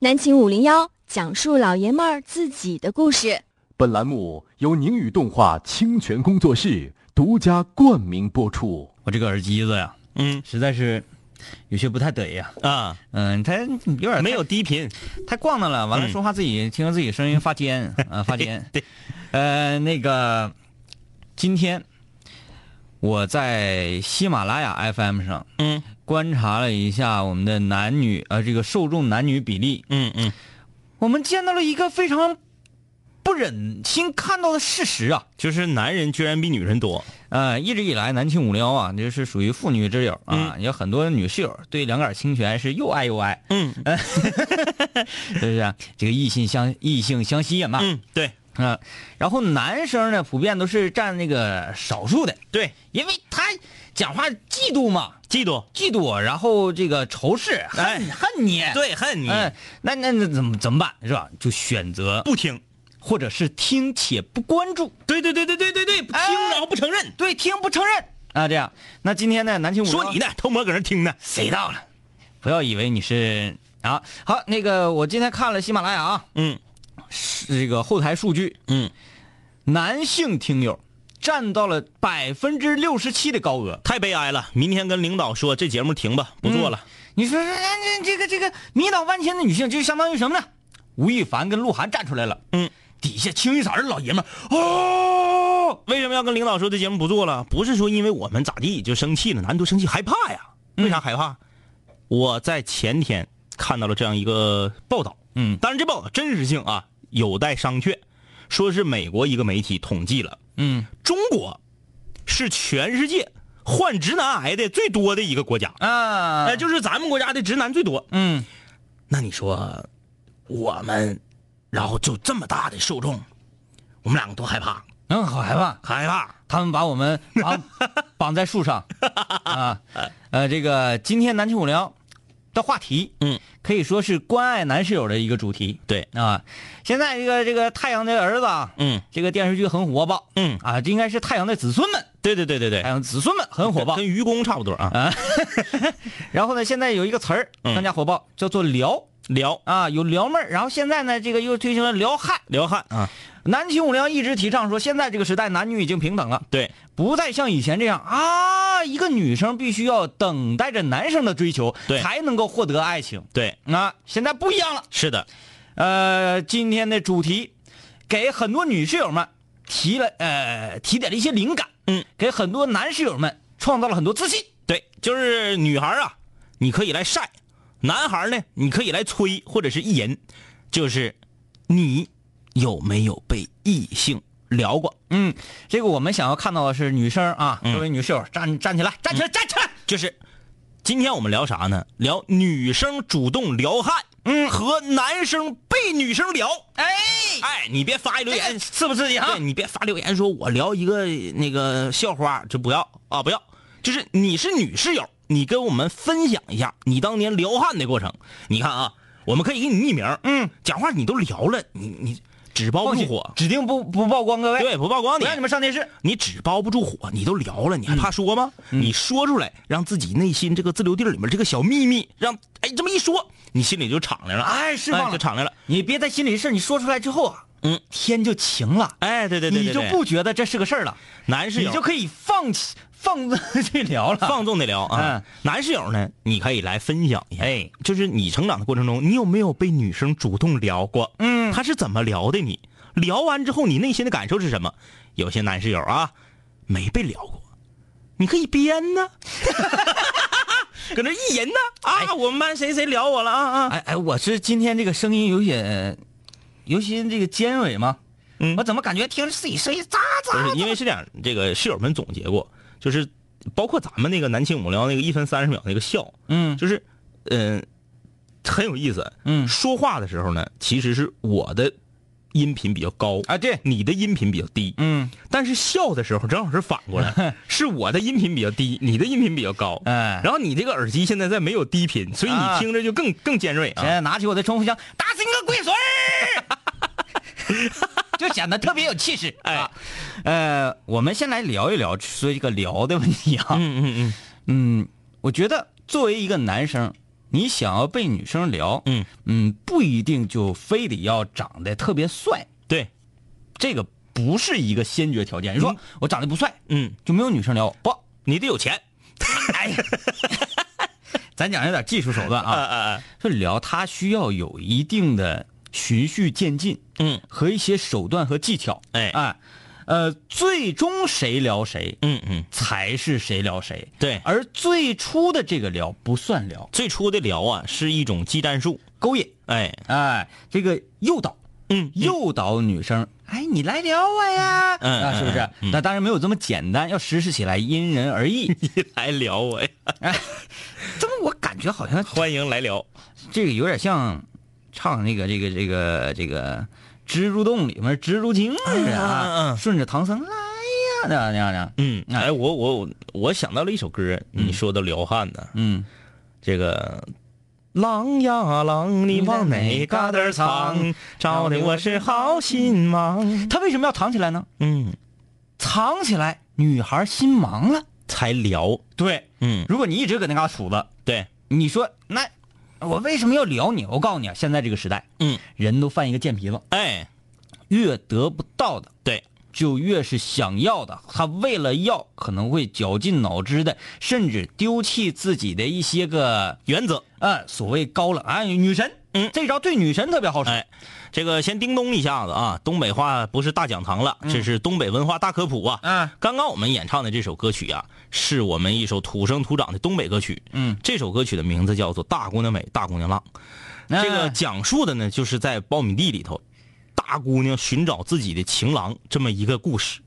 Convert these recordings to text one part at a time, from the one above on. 南秦五零幺讲述老爷们儿自己的故事。本栏目由宁宇动画清泉工作室独家冠名播出。我这个耳机子呀，嗯实在是有些不太得呀。啊，嗯，他有点没有低频，太逛荡了，完了嗯说话自己、听着自己声音发尖啊发尖。 对，呃，那个今天我在喜马拉雅 FM 上嗯观察了一下我们的男女呃这个受众男女比例，嗯嗯，我们见到了一个非常不忍心看到的事实啊。就是男人居然比女人多，呃，一直以来，南庆五零幺啊，就是属于妇女之友啊，有很多女室友对两杆清泉是又爱又爱，呃 嗯 是不是啊？这个异性相异性相吸引嘛，嗯，对嗯、然后男生呢，普遍都是占那个少数的，对，因为他讲话嫉妒嘛，嫉妒，嫉妒，然后这个仇视，恨、哎恨你，，对恨你嗯、那那那怎么怎么办是吧？就选择哎不听，或者是听且不关注，对对对对对对对，不听哎然后不承认，对，听不承认啊，这样。那今天呢，南庆五说你呢，偷摸搁那听呢，谁到了？不要以为你是啊，好，那个我今天看了喜马拉雅啊，嗯是这个后台数据，嗯，男性听友占到了百分之六十七的高额。太悲哀了，明天跟领导说这节目停吧，不做了，你说这这这个这个迷倒万千的女性，就相当于什么呢？吴亦凡跟鹿晗站出来了，嗯，底下清一色儿老爷们儿哦，为什么要跟领导说这节目不做了？不是说因为我们咋地就生气了，难度生气害怕呀？为啥害怕？我在前天看到了这样一个报道，嗯当然这报道真实性啊有待商榷，说是美国一个媒体统计了。嗯中国是全世界患直男癌的最多的一个国家，啊，哎，就是咱们国家的直男最多。嗯那你说，我们，然后就这么大的受众，我们两个多害怕，嗯，好害怕。害怕。他们把我 们绑绑在树上啊，呃，这个今天南青五聊的话题，嗯，可以说是关爱男室友的一个主题对，啊。现在这个这个太阳的儿子啊，嗯这个电视剧很火爆，嗯，啊，这应该是太阳的子孙们，对对对对对太，阳子孙们很火爆 跟。愚公差不多哎啊。然后呢，现在有一个词儿嗯更加火爆，叫做撩撩啊，有撩妹儿。然后现在呢，这个又推行了撩汉。撩汉啊，南青五零一直提倡说，现在这个时代男女已经平等了。对，不再像以前这样啊，一个女生必须要等待着男生的追求，对才能够获得爱情。对，啊，现在不一样了。是的，呃，今天的主题给很多女室友们提了呃提点了一些灵感，嗯，给很多男室友们创造了很多自信。对，就是女孩啊，你可以来晒；男孩呢，你可以来催或者是意淫，就是你有没有被异性撩过？嗯，这个我们想要看到的是女生啊，嗯各位女室友站站起来，站起来，站起来。就是今天我们聊啥呢？聊女生主动撩汉，嗯，和男生被女生撩。哎，哎，你别发一留这言个，刺不刺激啊对？你别发留言说我聊一个那个校花，这不要啊，不要。就是你是女室友，你跟我们分享一下你当年撩汉的过程。你看啊，我们可以给你匿名，嗯，讲话你都聊了，你你纸包不放住心火，，指定不不曝光各位，对，不曝光不让你们上电视。你纸包不住火，你都聊了，你嗯还怕说吗？你说出来，让自己内心这个自留地里面这个小秘密，让哎这么一说，你心里就敞亮了，哎释放了就敞亮了。你别在心里事儿，你说出来之后啊，嗯，天就晴了，哎，对对对对，你就对不觉得这是个事儿了，男室你友就可以放弃放去聊了。放纵的聊啊嗯。男室友呢，你可以来分享一下，哎，就是你成长的过程中，你有没有被女生主动聊过？嗯她是怎么聊的你？聊完之后，你内心的感受是什么？有些男室友啊，没被聊过，你可以编呢， 搁那意淫呢啊！我们班谁谁聊我了啊啊！哎哎，我是今天这个声音有些，有些这个尖锐吗？嗯我怎么感觉听着自己声音咋不咋？是，因为是这样，这个室友们总结过，就是包括咱们那个南青五聊那个一分三十秒那个笑，嗯就是嗯、呃很有意思。嗯说话的时候呢，其实是我的音频比较高，啊，对，你的音频比较低。嗯但是笑的时候正好是反过来，是我的音频比较低，你的音频比较高。哎，然后你这个耳机现在在没有低频，所以啊你听着就更更尖锐现啊。在拿起我的冲锋枪，打死你个龟孙儿， 就显得特别有气势。啊，呃，我们先来聊一聊说这个聊的问题啊。嗯嗯嗯，嗯，我觉得作为一个男生，你想要被女生聊，嗯嗯，不一定就非得要长得特别帅，对，这个不是一个先决条件。你说我长得不帅，嗯，就没有女生聊我不？你得有钱。哎呀，咱讲有点技术手 段啊啊，啊啊！这聊它需要有一定的循序渐进，嗯，和一些手段和技巧，哎哎，呃，最终谁聊谁，嗯嗯，才是谁聊谁。对而最初的这个聊不算聊，最初的聊啊是一种技战术，勾引，哎，哎，这个诱导，嗯，诱导女生，哎，你来聊我呀，嗯啊，是不是？那当然没有这么简单，要实施起来因人而 异。你来聊我呀，怎么我感觉好像欢迎来聊。这个有点像唱那个这个这个这个蜘蛛洞里面蜘蛛精似的嗯嗯啊，嗯顺着唐僧来呀，那那那，嗯，哎哎，我我我我想到了一首歌，你说的撩汉呢，嗯，这个。狼呀狼，你往哪嘎达儿藏？找的我是好心忙。他为什么要藏起来呢？嗯，藏起来，女孩心忙了。才聊。对，嗯，如果你一直搁那嘎杵着，对，你说那我为什么要聊你？我告诉你啊，现在这个时代，嗯，人都犯一个贱皮子，哎，越得不到的对，就越是想要的，他为了要可能会绞尽脑汁的，甚至丢弃自己的一些个原则。呃所谓高冷啊、女神，嗯这招对女神特别好使。哎，这个先叮咚一下子啊！东北话不是大讲堂了，这是东北文化大科普啊！嗯刚刚我们演唱的这首歌曲啊，是我们一首土生土长的东北歌曲。嗯，这首歌曲的名字叫做《大姑娘美，大姑娘浪》。那这个讲述的呢，就是在苞米地里头，大姑娘寻找自己的情郎这么一个故事。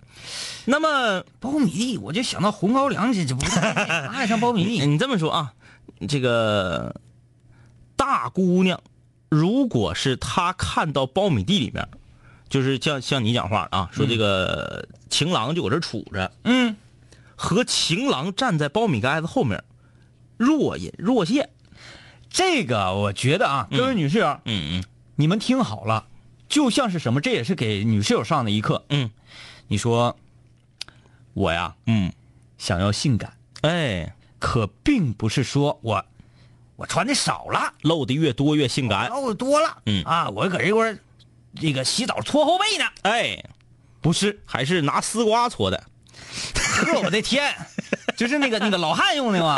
那么苞米地，我就想到红高粱去，这不 爱上苞米你地，你这么说啊，这个大姑娘，如果是她看到苞米地里面，就是像像你讲话啊，说这个情郎就搁这杵着，嗯，和情郎站在苞米杆子后面，若隐若现。这个我觉得啊，各位女士啊，嗯嗯你们听好了，就像是什么，这也是给女室友上的一课。嗯你说我呀，嗯，想要性感，哎，可并不是说我我穿的少了，露的越多越性感。露的多了，嗯啊，我搁这块儿这个洗澡搓后背呢。哎，不是，还是拿丝瓜搓的。哎呦我的 天，就是那个那个老汉用的嘛，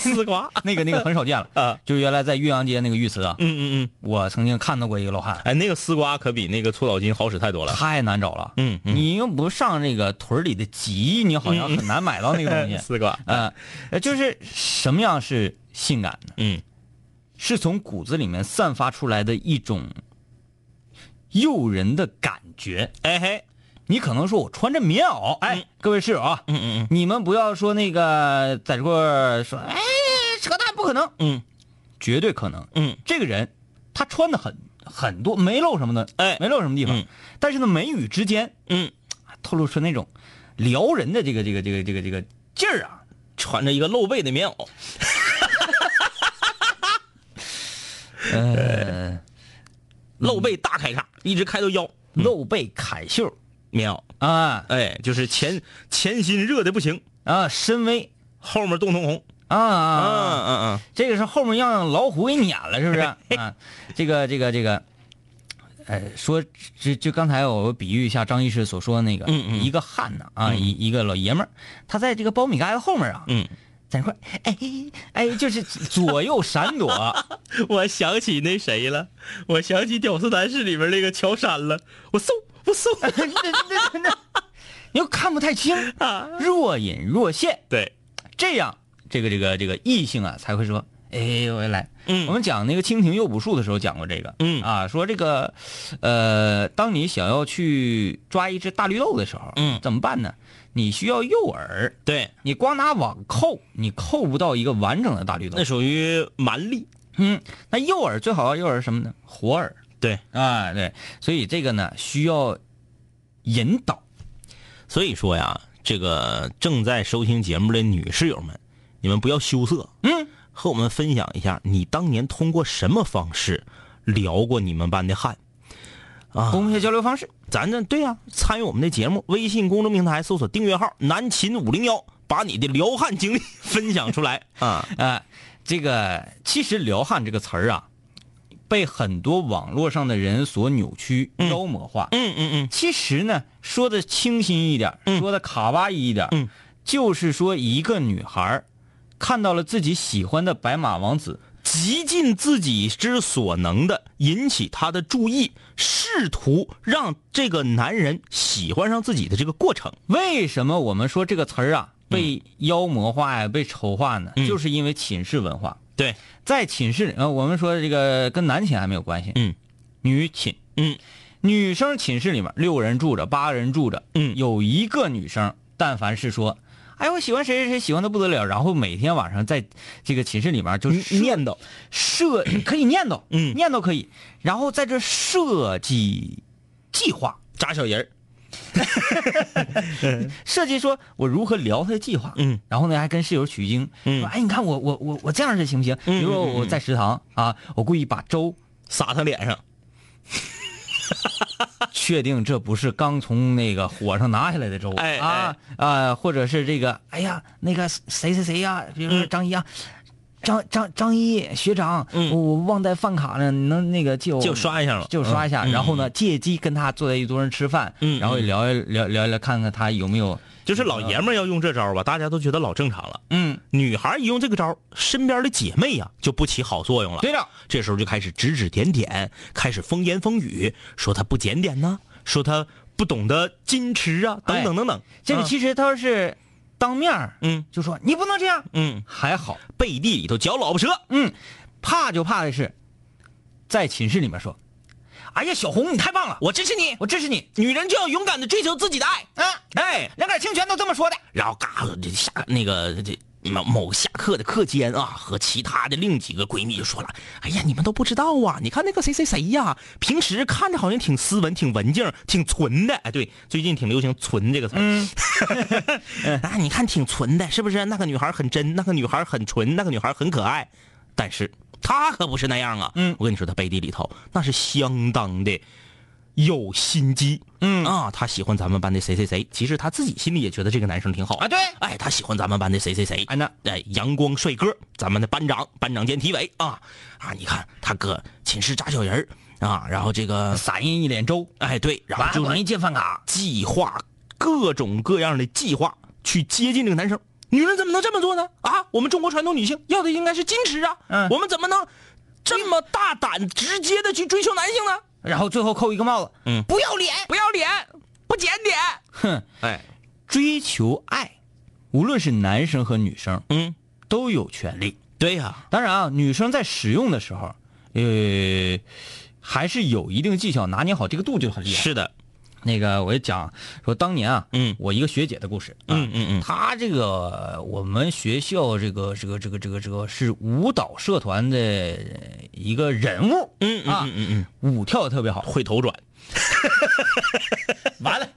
丝瓜。 那个那个很少见了啊。就原来在岳阳街那个浴池啊，嗯嗯嗯，我曾经看到过一个老汉，哎，那个丝瓜可比那个搓澡巾好使太多了。太难找了。嗯嗯你又不上那个屯儿里的集，你好像很难买到那个东西。哎丝瓜。呃，呃就是什么样是性感呢？嗯是从骨子里面散发出来的一种诱人的感觉。哎嘿，你可能说我穿着棉袄，哎，各位室友啊，嗯嗯嗯你们不要说那个在这块儿说，哎，扯淡，不可能，嗯绝对可能。嗯，这个人他穿的很很多，没露什么的，哎没露什么地方，嗯但是呢，眉宇之间嗯，透露出那种撩人的这个这个这个这个这个劲儿啊。穿着一个露背的棉袄，呃，露背大开叉，一直开到腰，露背凯袖棉袄，啊哎，就是前前心热的不行，啊，深 V 后面冻通红，啊啊嗯啊嗯嗯，这个是后面让老虎给撵了，是不是？ 啊，这个这个这个，呃，说就就刚才我比喻一下张医师所说的那个，嗯嗯一个汉呐啊，一、一个老爷们儿，他在这个苞米杆子后面啊，嗯，在那块儿哎哎，就是左右闪躲， 我想起那谁了，我想起《屌丝男士》里边那个乔杉了，我搜我搜，那那那，你又看不太清，若隐若现， 对，这样这个这个这个异性啊才会说，哎，我来。嗯我们讲那个蜻蜓诱捕术的时候讲过这个，嗯啊，说这个，呃，当你想要去抓一只大绿豆的时候，嗯怎么办呢？你需要诱饵，对，你光拿网扣，你扣不到一个完整的大绿豆那。属于蛮力，嗯，那诱饵最好要诱饵什么呢？活饵对，啊，对，所以这个呢需要引导，所以说呀，这个正在收听节目的女室友们，你们不要羞涩，嗯，和我们分享一下你当年通过什么方式聊过你们班的汉。啊公开交流方式。咱这对呀、参与我们的节目，微信公众平台搜索订阅号“南秦五零幺”，把你的撩汉经历分享出来啊！啊，这个其实“撩汉”这个词儿啊，被很多网络上的人所扭曲、妖魔化。嗯嗯嗯，其实呢，说的清新一点，说的卡哇伊一点，嗯就是说一个女孩儿看到了自己喜欢的白马王子，极尽自己之所能的引起他的注意，试图让这个男人喜欢上自己的这个过程。为什么我们说这个词儿啊被妖魔化呀、被丑化呢？嗯就是因为寝室文化，对，在寝室里，呃，我们说这个跟男寝还没有关系，嗯，女寝，嗯，女生寝室里面六人住着，八人住着，嗯有一个女生，但凡是说。哎，我喜欢谁谁谁，喜欢的不得了。然后每天晚上在这个寝室里面就嗯念叨，设可以念叨，嗯念叨可以。然后在这设计计划，扎小人儿， 设计说我如何聊他的计划，嗯，然后呢还跟室友取经，嗯说哎你看我我我我这样式行不行？比如说嗯嗯嗯我在食堂啊，我故意把 粥撒他脸上。确定这不是刚从那个火上拿下来的粥，哎啊啊，或者是这个哎呀那个谁谁谁呀，比如说张一啊。张张张一学长，嗯我我忘带饭卡了，你能那个借我借我刷一下吧借我哦刷一下。嗯嗯然后呢，借机跟他坐在一桌上吃饭，嗯嗯然后聊一聊聊一聊，看看他有没有，就是老爷们儿要用这招儿吧，大家都觉得老正常了。嗯，女孩一用这个招儿，身边的姐妹呀、就不起好作用了。对了，这时候就开始指指点点，开始风言风语，说她不检点呐、说她不懂得矜持啊，等等等等。哎这个其实他要是当面儿嗯就说你不能这样，嗯，还好，背地里头嚼老婆舌。嗯，怕就怕的是在寝室里面说，哎呀，小红你太棒了，我我支持你，我支持你，女人就要勇敢的追求自己的爱。啊，哎，两杆清泉都这么说的，然后嘎这下那个这某某下课的课间啊，和其他的另几个闺蜜就说了：“哎呀，你们都不知道啊！你看那个谁谁谁呀、平时看着好像挺斯文、挺文静、挺纯的。哎，对，最近挺流行‘纯’这个词儿。嗯啊，你看挺纯的，是不是？那个女孩很真，那个女孩很纯，那个女孩很可爱。但是她可不是那样啊！嗯我跟你说，她背地里头那是相当的有心机。嗯啊，她喜欢咱们班的谁谁谁，其实她自己心里也觉得这个男生挺好啊对哎，她喜欢咱们班的谁谁谁。哎那哎，阳光帅哥，咱们的班长，班长兼体委啊啊！你看他搁寝室扎小人儿啊，然后这个，撒人一脸粥，哎，对，然后完就我容易借饭卡，计划各种各样的计划去接近这个男生。女人怎么能这么做呢？啊，我们中国传统女性要的应该是矜持啊，嗯我们怎么能这么大胆直接的去追求男性呢？然后最后扣一个帽子，嗯不要脸，不要脸，不检点。哼，哎，追求爱，无论是男生和女生嗯，都有权利。对呀、当然啊，女生在使用的时候，呃，还是有一定技巧，拿捏好这个度就很厉害。是的，那个，我就讲说当年啊，嗯我一个学姐的故事，啊嗯嗯嗯她这个我们学校这个这个这个这个这个是舞蹈社团的一个人物，嗯嗯啊嗯嗯嗯，舞跳的特别好，会头转。完了，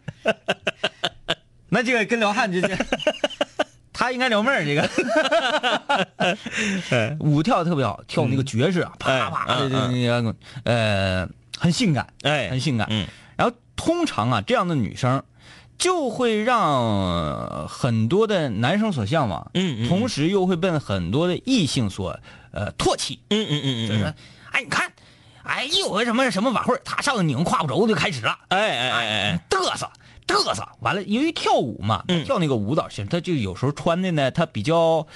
那这个跟撩汉就 这，他应该撩妹儿这个， 舞跳得特别好，跳那个爵士啊，啪啪的嗯哎嗯那那个，呃，很性感，哎很性感。嗯然后通常啊，这样的女生就会让呃很多的男生所向往，嗯嗯嗯同时又会被很多的异性所呃唾弃，嗯嗯嗯就是说，哎，你看，哎，一有个什么什么晚会儿，他上头拧胯骨轴就开始了。哎哎哎哎，嘚瑟嘚瑟，完了，由于跳舞嘛，嗯跳那个舞蹈型，他就有时候穿的呢，他比较，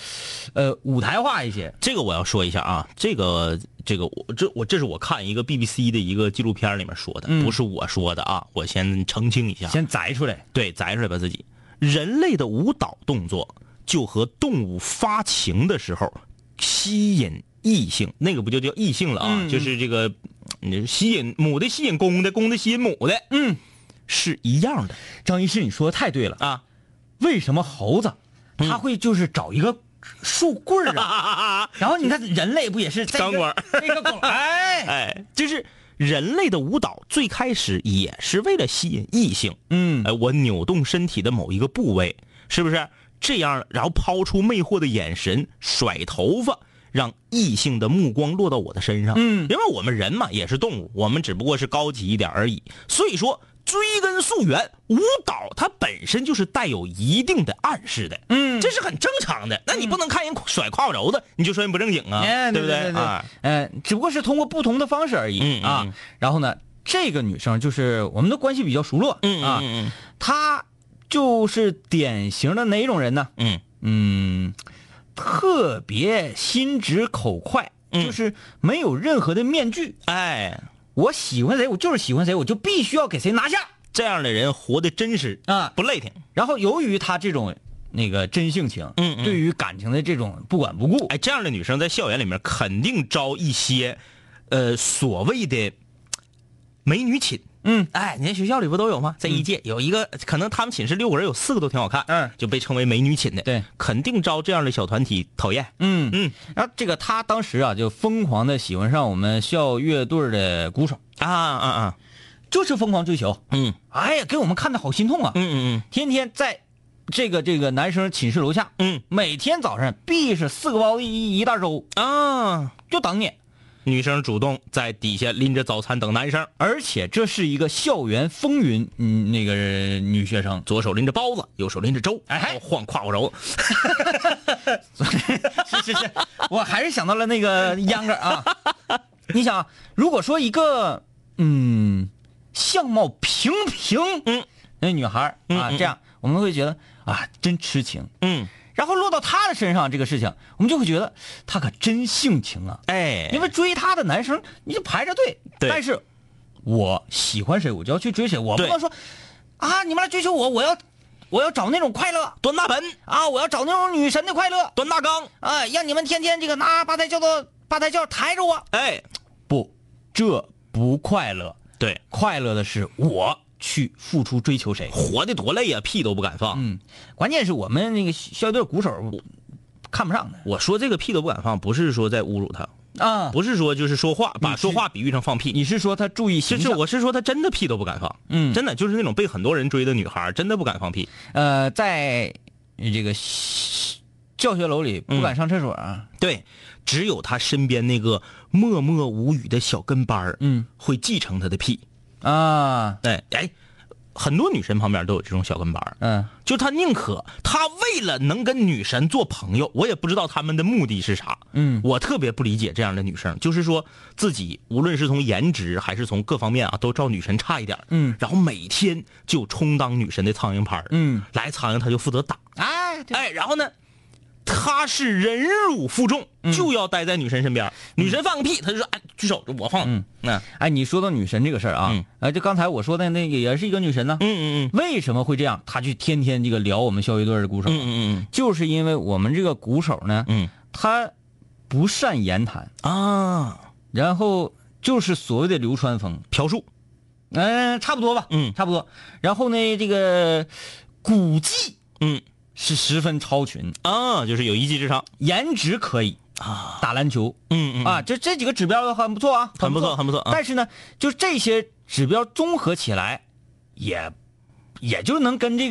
呃，舞台化一些。这个我要说一下啊，这个这个我这我这是我看一个 BBC 的一个纪录片里面说的，嗯不是我说的啊，我先澄清一下，先摘出来，对摘出来吧自己。人类的舞蹈动作就和动物发情的时候吸引异性，那个不就叫异性了啊？嗯就是这个嗯吸引母的吸引公的，公的吸引母的，嗯，是一样的张医师，你说的太对了。啊。为什么猴子嗯他会就是找一个树棍儿 啊？然后你看人类不也是在一个钢管儿那个拱？哎， 哎，就是人类的舞蹈最开始也是为了吸引异性，嗯哎，我扭动身体的某一个部位，是不是这样？然后抛出魅惑的眼神，甩头发，让异性的目光落到我的身上。嗯因为我们人嘛也是动物，我们只不过是高级一点而已。所以说，追根溯源，舞蹈它本身就是带有一定的暗示的，嗯，这是很正常的。那你不能看人甩胯骨轴子，你就说人不正经啊，哎，不对对？啊，嗯、只不过是通过不同的方式而已、嗯嗯啊嗯。然后呢，这个女生就是我们的关系比较熟络，嗯啊，嗯嗯她就是典型的哪一种人呢？嗯嗯，特别心直口快，嗯就是没有任何的面具。哎，我喜欢谁，我就是喜欢谁，我就必须要给谁拿下。这样的人活得真实啊不累挺。然后由于她这种那个真性情，嗯嗯对于感情的这种不管不顾，哎，这样的女生在校园里面肯定招一些，呃，所谓的美女寝。嗯嗯，哎，你看学校里不都有吗？在一届、有一个，可能他们寝室六个人有四个都挺好看，嗯就被称为美女寝的。对，肯定招这样的小团体讨厌。嗯嗯然后这个他当时啊就疯狂的喜欢上我们校乐队的鼓手，啊啊啊！就是疯狂追求。嗯哎呀，给我们看的好心痛啊！嗯嗯天天在这个这个男生寝室楼下，嗯每天早上必是四个包子一一大粥，嗯啊！就等你。女生主动在底下拎着早餐等男生，而且这是一个校园风云，嗯，那个女学生， 左手拎着包子，右手拎着粥，哎然后晃胯骨轴。是是是，我还是想到了那个秧歌啊。你想啊，如果说一个嗯相貌平平，嗯，那女孩儿啊，嗯嗯这样我们会觉得啊真痴情。嗯，然后落到她的身上这个事情，我们就会觉得她可真性情啊。哎，因为追她的男生你就排着队，对但是我喜欢谁我就要去追谁，我不对能说啊你们来追求我，我要我要找那种快乐端大盆、啊，我要找那种女神的快乐。端大缸，啊，让你们天天这个拿八抬轿的八抬轿抬着我。哎，不，这不快乐，对，快乐的是我去付出追求谁。活的多累呀、屁都不敢放。嗯，关键是我们那个校队鼓手看不上我说这个屁都不敢放，不是说在侮辱他，他啊。不是说就是说话把你是说话比喻成放屁，你是说他注意形就是象？我是说他真的屁都不敢放，嗯真的就是那种被很多人追的女孩，真的不敢放屁。呃，在这个教学楼里不敢上厕所啊。对，只有他身边那个默默无语的小跟班儿，嗯，会继承他的屁。啊，哎哎，很多女神旁边都有这种小跟班儿，嗯，就他宁可他为了能跟女神做朋友，我也不知道他们的目的是啥。嗯我特别不理解这样的女生，就是说自己无论是从颜值还是从各方面啊，都照女神差一点儿嗯然后每天就充当女神的苍蝇拍儿嗯，来苍蝇他就负责打，哎，对哎，然后呢，他是忍辱负重，就要待在女神身边儿。女神放个屁，他就说哎，举手，我放。嗯那哎，你说到女神这个事儿啊，嗯哎，就刚才我说的那个也是一个女神呢。嗯嗯为什么会这样？他去天天这个聊我们校乐队的鼓手，嗯嗯就是因为我们这个鼓手呢，嗯他不善言谈，嗯啊，然后就是所谓的流川枫，朴树，嗯、差不多吧，嗯差不多。然后呢，这个骨技嗯是十分超群，啊，就是有一技之长。颜值可以啊，打篮球嗯嗯啊，这这几个指标都很不错啊，很不不错，很不错啊。但是呢，就这些指标综合起来，也也就能跟这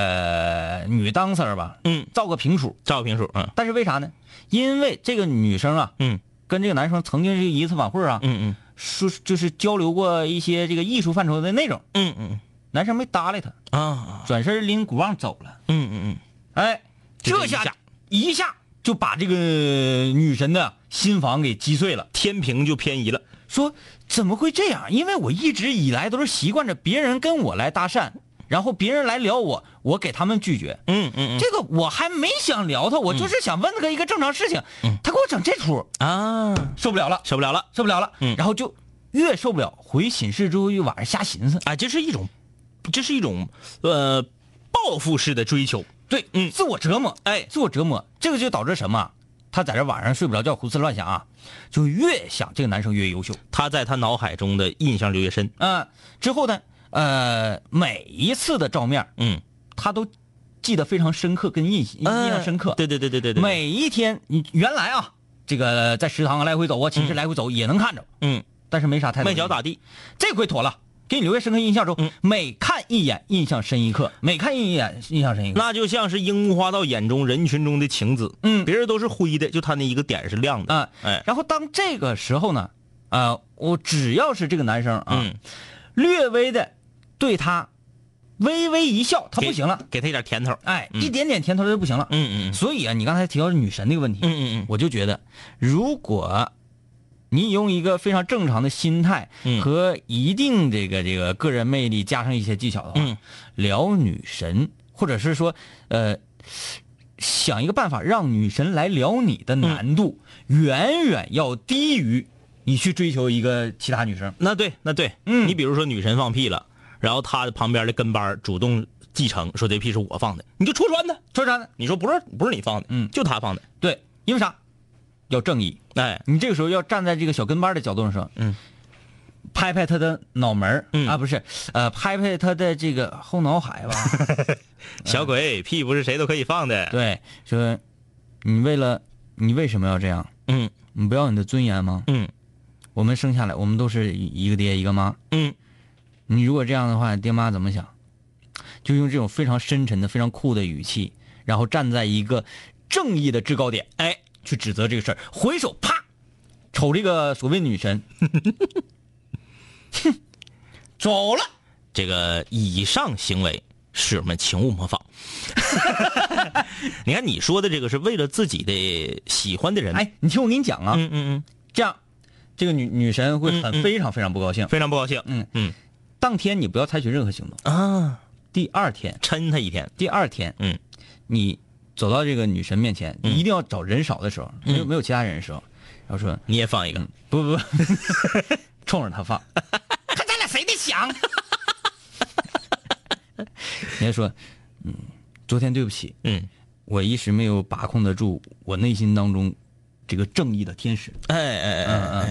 个女 dancer 吧，嗯，造个平数。照平数，嗯但是为啥呢？因为这个女生啊，嗯跟这个男生曾经是一次晚会啊，嗯说就是交流过一些这个艺术范畴的内容，嗯嗯男生没搭理她，嗯啊，转身拎鼓棒走了。嗯嗯哎，就这这一下下一下就把这个女神的心房给击碎了。天平就偏移了。说怎么会这样？因为我一直以来都是习惯着别人跟我来搭讪，然后别人来聊我，我给他们拒绝。嗯嗯这个我还没想聊他，我就是想问他一个正常事情，他给我整这出，嗯啊，受不了了，受不了了受不了了。嗯然后就越受不了，回寝室之后就晚上瞎寻思，啊，这是一种，这是一种呃报复式的追求。对，嗯自我折磨，哎自我折磨，这个就导致什么啊？他在这晚上睡不着觉，胡思乱想啊，就越想这个男生越优秀。他在他脑海中的印象就越深。啊、之后呢，呃，每一次的照面，嗯，他都记得非常深刻，跟印印象深刻。呃对对对对对对。，每一天，你原来啊，这个在食堂来回走啊，寝室来回走也能看着，嗯，但是没啥太多迈印嗯脚象。打地。这回妥了，给你留下深刻印象之后，嗯每看一眼印象深一刻，每看一眼印象深一刻。那就像是樱木花道眼中人群中的晴子，嗯别人都是灰的，就他那一个点儿是亮的。啊、哎，然后当这呃个时候呢，啊、我只要是这个男生啊，嗯略微的对他微微一笑，他给不行了，，给他一点甜头。哎，一点点甜头他就不行了。嗯嗯所以啊，你刚才提到女神那个问题，嗯嗯我就觉得，如果你用一个非常正常的心态嗯和一定这个这个个人魅力加上一些技巧的话，嗯聊女神，或者是说呃，想一个办法让女神来聊你嗯的难度，远远要低于你去追求一个其他女生。那对那对，嗯你比如说女神放屁了，然后她的旁边的跟班儿主动继承，说这屁是我放的，你就戳穿她，说啥呢？你说不是不是你放的，嗯就她放的，对，因为啥？要正义。哎，你这个时候要站在这个小跟班的角度上说，嗯，拍拍他的脑门儿、嗯啊，不是，呃，拍拍他的这个后脑海吧， 小鬼屁不是谁都可以放的，对，说你为了你为什么要这样？嗯你不要你的尊严吗？嗯我们生下来，我们都是一一个爹一个妈，嗯你如果这样的话，爹妈怎么想？就用这种非常深沉的、非常酷的语气，然后站在一个正义的制高点，哎，去指责这个事儿。回首啪，瞅这个所谓女神，哼，走了。这个以上行为是我们请勿模仿。 你看你说的这个是为了自己的喜欢的人，，哎，你听我跟你讲啊，嗯嗯嗯，这样，这个女女神会嗯很嗯非常非常不高兴。非常不高兴，嗯嗯当天你不要采取任何行动。啊，第二天，抻他一天，第二天，嗯，你走到这个女神面前，你一定要找人少的时候，嗯没有没有其他人的时候，然后说。你也放一个，不不不， 冲着他放，看咱俩谁的响。 人家说，嗯，昨天对不起，嗯，我一时没有把控得住我内心当中这个正义的天使，哎哎哎哎，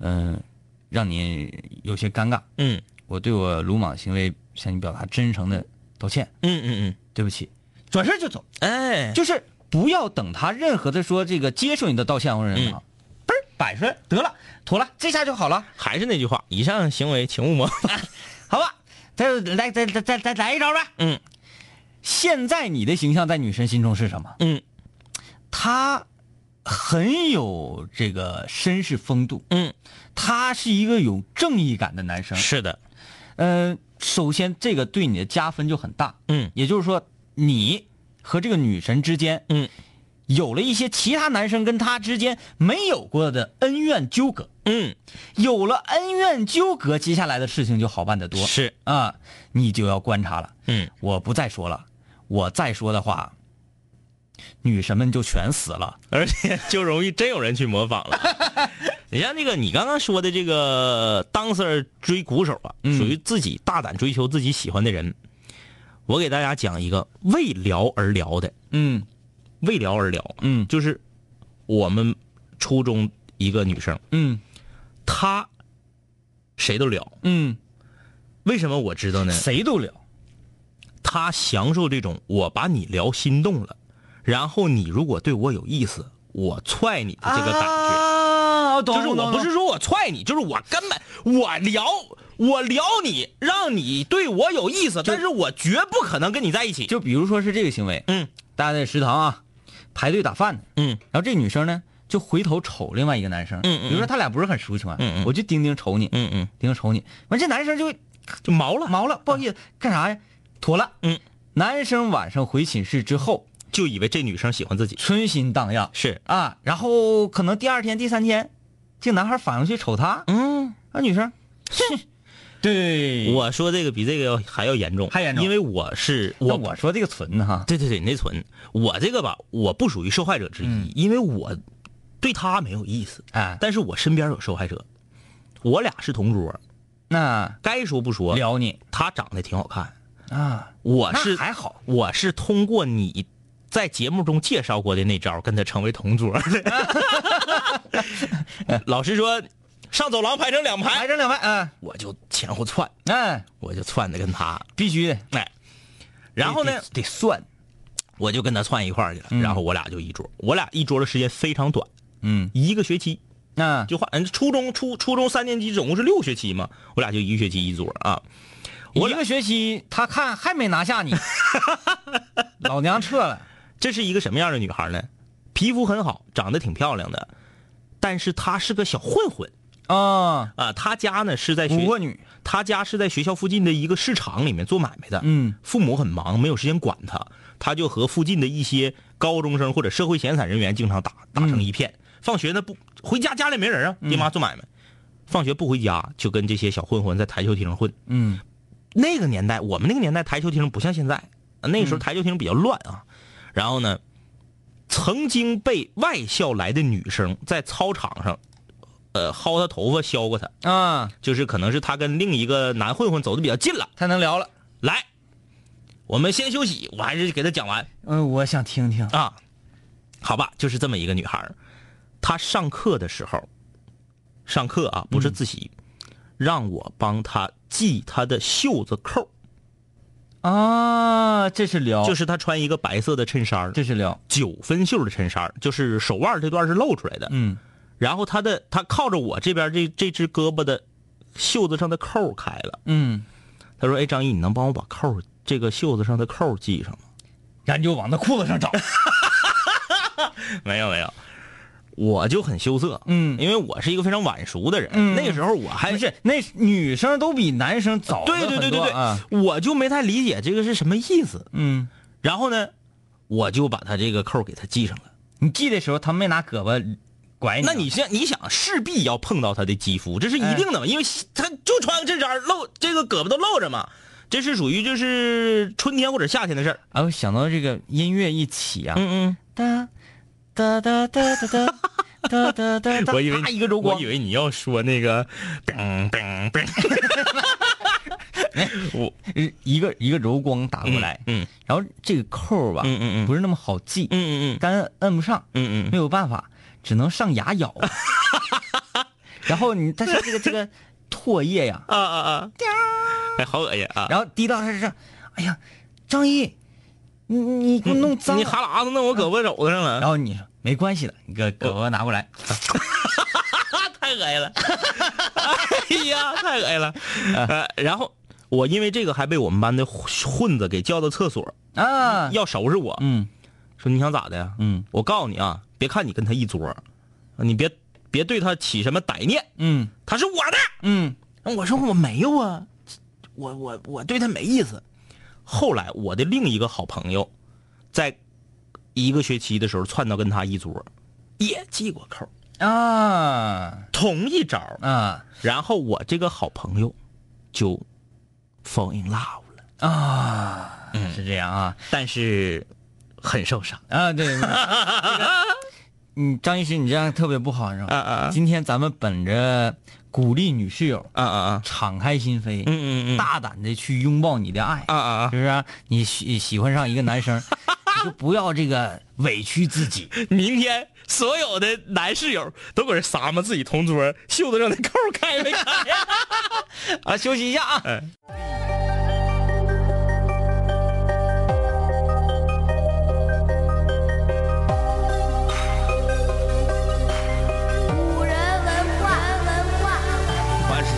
嗯嗯、呃让你有些尴尬，嗯我对我鲁莽行为向你表达真诚的道歉，嗯嗯对不起，转身就走，嗯，哎，就是不要等他任何的说这个接受你的道歉或者什么，嗯嘣、儿摆出来得了，妥了，这下就好了。还是那句话，以上行为请勿模仿。好吧，再来再再再再来一招吧。嗯，现在你的形象在女神心中是什么？嗯她很有这个绅士风度，嗯，他是一个有正义感的男生。是的，呃，首先这个对你的加分就很大。嗯也就是说，你和这个女神之间，嗯，有了一些其他男生跟她之间没有过的恩怨纠葛。嗯，有了恩怨纠葛，接下来的事情就好办得多。是，啊，你就要观察了。嗯我不再说了，我再说的话，女神们就全死了。而且就容易真有人去模仿了。 你像这个你刚刚说的这个当 Sir 追鼓手啊，嗯属于自己大胆追求自己喜欢的人。我给大家讲一个为聊而聊的，嗯为聊而聊，嗯就是我们初中一个女生，嗯她谁都聊。嗯，为什么我知道呢？谁都聊。他享受这种我把你聊心动了，然后你如果对我有意思，我踹你的这个感觉，啊，懂就是我不是说我踹你，就是我根本我聊我聊你，让你对我有意思，但是我绝不可能跟你在一起。就比如说是这个行为，嗯大家在食堂啊排队打饭呢，嗯然后这女生呢就回头瞅另外一个男生，嗯嗯比如说他俩不是很熟情况，嗯嗯我就盯盯瞅你，嗯嗯，盯盯瞅你，完这男生就就毛了，毛了，不好意思，干啥呀？妥了，嗯，男生晚上回寝室之后，就以为这女生喜欢自己，春心荡漾，是啊，然后可能第二天、第三天，这个男孩反过去瞅她，嗯。啊，女生，对我我说这个比这个要嗯还要严重，还严重因为我是那我我说这个存哈，对对对，你那存我这个吧，我不属于受害者之一，嗯因为我对他没有意思，哎，但是我身边有受害者，我俩是同桌，那该说不说，撩你他长得挺好看，啊，我那是还好，我是通过你在节目中介绍过的那招跟他成为同桌的。 老师说，上走廊排成两排，来整两万，嗯，我就前后窜，哎，我就窜的跟他，必须的，哎，然后呢，得得算，我就跟他窜一块儿去了，然后我俩就一桌，我俩一桌的时间非常短，嗯，一个学期那就换，嗯初中初初中三年级总共是六学期嘛，我俩就一个学期一桌啊。我一个学期他看还没拿 下你，老娘撤了，这是一个什么样的女孩呢？皮肤很好，长得挺漂亮的，但是她是个小混混，啊，啊，他家呢是在学五个女，他家是在学校附近的一个市场里面做买卖的，嗯，父母很忙，没有时间管他，他就和附近的一些高中生或者社会闲散人员经常打打成一片。放学呢不回家，家里没人啊，爹妈做买卖，放学不回家就跟这些小混混在台球厅上混。嗯那个年代，我们那个年代台球厅不像现在，那个时候台球厅比较乱啊。然后呢，曾经被外校来的女生在操场上，呃，薅他头发，削过他。啊，就是可能是他跟另一个男混混走的比较近了。太能聊了。来，我们先休息，我还是给他讲完嗯，我想听听。啊。好吧，就是这么一个女孩儿，她上课的时候，上课啊不是自习，让我帮她系她的袖子扣，啊，这是聊，就是她穿一个白色的衬衫儿，这是聊，九分袖的衬衫儿，就是手腕儿这段是露出来的，嗯然后她的她靠着我这边这这只胳膊的袖子上的扣儿开了，嗯，她说：“哎，张毅，你能帮我把扣儿这个袖子上的扣儿系上吗？”然后就往他裤子上找。没有没有，我就很羞涩，嗯因为我是一个非常晚熟的人，嗯那个时候我还不是，那女生都比男生早了对对对很对多对，啊，我就没太理解这个是什么意思。嗯，然后呢，我就把他这个扣给他系上了。你系的时候他没拿胳膊拐你啊，那你想，你想势必要碰到他的肌肤，这是一定的嘛，因为他就穿个衬衫，露这个胳膊都露着嘛。这是属于就是春天或者夏天的事儿。啊，我想到这个音乐一起啊，嗯哒哒哒哒哒 哒哒哒哒哒，啪一个柔光，为你要说 那个，哎噔噔噔，呃一个一个柔光打过来，嗯然后这个扣儿吧，嗯嗯嗯不是那么好系，嗯嗯干摁不上，嗯嗯没有办法，只能上牙咬。 然后你，但是这个这个唾液 呀，啊啊啊！哎，好恶心啊！然后滴到他身上，哎呀，张一，你你给我弄脏你了。哈喇子弄我胳膊肘子上 了，然后你说没关系的，你给胳哦膊拿过来。太恶心了！哎呀，太恶心了！啊呃，然后我因为这个还被我们班的混子给叫到厕所，啊，要收拾我，嗯说你想咋的呀？嗯我告诉你啊，别看你跟他一桌，你别别对他起什么歹念，嗯他是我的。嗯我说我没有啊，我我我对他没意思。后来我的另一个好朋友，在一个学期的时候窜到跟他一桌，也系过扣，啊同一招儿。啊然后我这个好朋友就 fall in love 了，啊，是这样啊但是很受伤。啊，对。这个 嗯，张医师，你这样特别不好，你知道吗？啊今天咱们本着鼓励女室友啊啊啊！敞开心扉，嗯嗯嗯大胆的去拥抱你的爱，啊啊啊！是不是啊、你喜喜欢上一个男 生，你就不要这个委屈自己，明天所有的男室友都搁这撒嘛自己同桌袖子上的扣开没开？啊，休息一下啊。古人文化，文化。凡是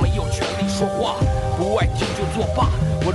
没有权利说话。不爱听就作罢，我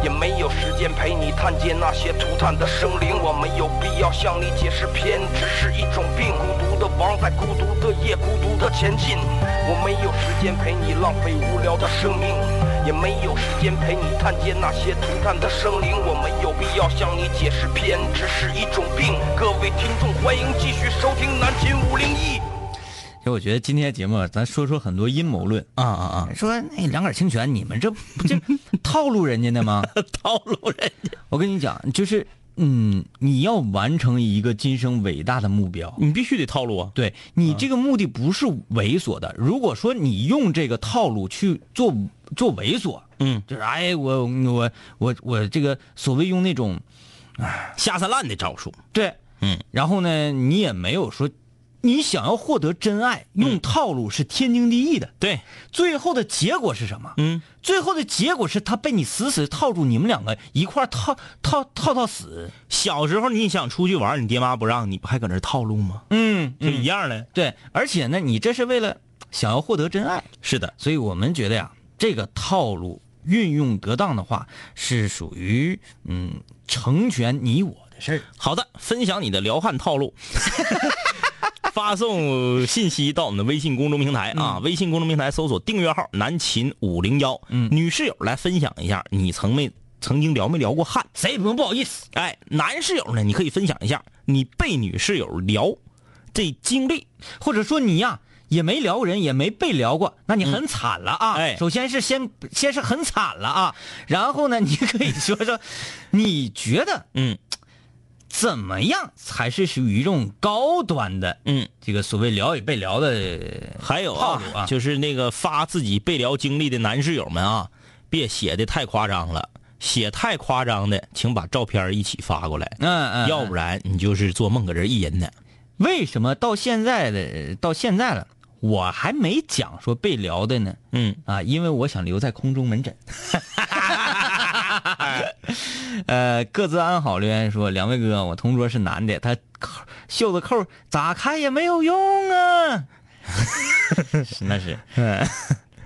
也没有时间陪你探街那些涂炭的生灵，我没有必要向你解释偏执是一种病。孤独的王在孤独的夜，孤独的前进。我没有时间陪你浪费无聊的生命，也没有时间陪你探街那些涂炭的生灵。我没有必要向你解释偏执是一种病。各位听众，欢迎继续收听南秦五零一。其实我觉得今天的节目，咱说出很多阴谋论，啊啊啊！说那、两杆清泉，你们这不这套路人家的吗？ 套路人我跟你讲，就是嗯，你要完成一个今生伟大的目标， 你必须得套路啊。对你这个目的不是猥琐的。如果说你用这个套路去做做猥琐，嗯，就是哎，我我我我这个所谓用那种下三滥的招数，对，嗯，然后呢，你也没有说你想要获得真爱，用套路是天经地义的。嗯对，最后的结果是什么？嗯，最后的结果是他被你死死套住，你们两个一块儿套套套到死。小时候你想出去玩，你爹妈不让你，不还搁那儿套路吗？嗯就一样的。对，而且呢，你这是为了想要获得真爱，是的，所以我们觉得呀，这个套路运用得当的话，是属于嗯成全你我的事儿。好的，分享你的撩汉套路。 发送信息到我们的微信公众平台啊，嗯微信公众平台搜索订阅号“南秦五零幺”，嗯，女室友来分享一下，你曾没曾经聊没聊过汉？谁也不用不好意思。哎，男室友呢，你可以分享一下你被女室友聊这经历。或者说你呀、也没聊过人，也没被聊过，那你很惨了啊！嗯哎首先是先先是很惨了 啊，然后呢，你可以说说，你觉得嗯怎么样才是属于一种高端的嗯，这个所谓聊与被聊的？还有套啊路啊就是那个发自己被聊经历的男室友们啊，别写的太夸张了，写太夸张的，请把照片一起发过来，嗯嗯，要不然你就是做梦搁这儿一人呢。为什么到现在的到现在了，我还没讲说被聊的呢？嗯，啊，因为我想留在空中门诊。 呃，各自安好。留言说，两位哥，我同桌是男的，他扣袖子扣咋开也没有用啊。是那是，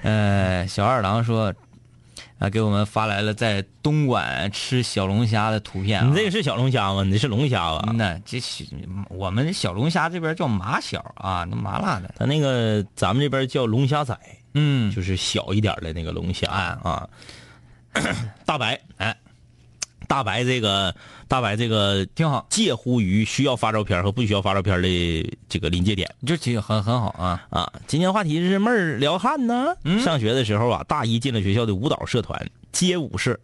呃，小二郎说，啊，给我们发来了在东莞吃小龙虾的图片、啊。你这个是小龙虾吗？你这是龙虾吧？那这小我们小龙虾这边叫麻小啊，那麻辣的，它那个咱们这边叫龙虾仔，嗯，就是小一点的那个龙虾啊啊。 大白，哎，大白这个大白这个挺好，介乎于需要发照片和不需要发照片的这个临界点就挺很很好啊，啊。今天话题是妹儿撩汉呢。上学的时候啊，大一进了学校的舞蹈社团街舞社，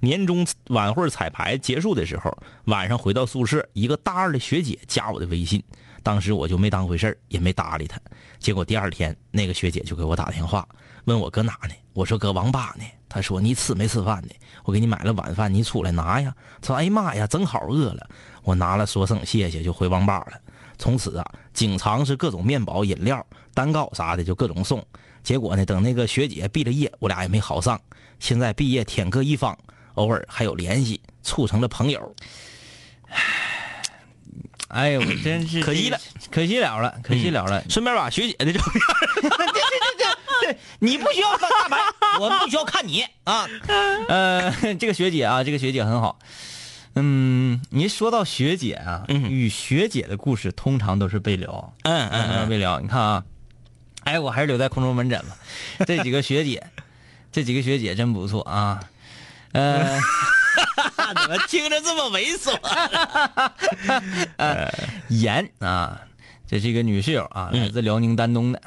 年终晚会彩排结束的时候，晚上回到宿舍，一个大二的学姐加我的微信，当时我就没当回事儿，也没搭理她。结果第二天，那个学姐就给我打电话，问我搁哪呢？我说搁网吧呢。她说你吃没吃饭呢？我给你买了晚饭，你出来拿呀。她说哎呀妈呀，正好饿了。我拿了说声谢谢，就回网吧了。从此啊，经常是各种面包、饮料、蛋糕啥的，就各种送。结果呢，等那个学姐毕了业，我俩也没好上。现在毕业天各一方，偶尔还有联系，促成了朋友。哎呦，我真是 可惜了，嗯可惜了了，可惜了了，顺便把学姐的照 片，你不需要发大白，我不需要看你啊，呃， 这个学姐啊，这个学姐很好。嗯，您说到学姐啊，嗯与学姐的故事通常都是被聊，嗯嗯嗯，嗯，未了，你看啊，哎，我还是留在空中门诊吧。这几个学姐， 这几个学姐真不错啊。呃，怎么听着这么猥琐？严啊，这是一个女室友嗯啊，来自辽宁丹东的。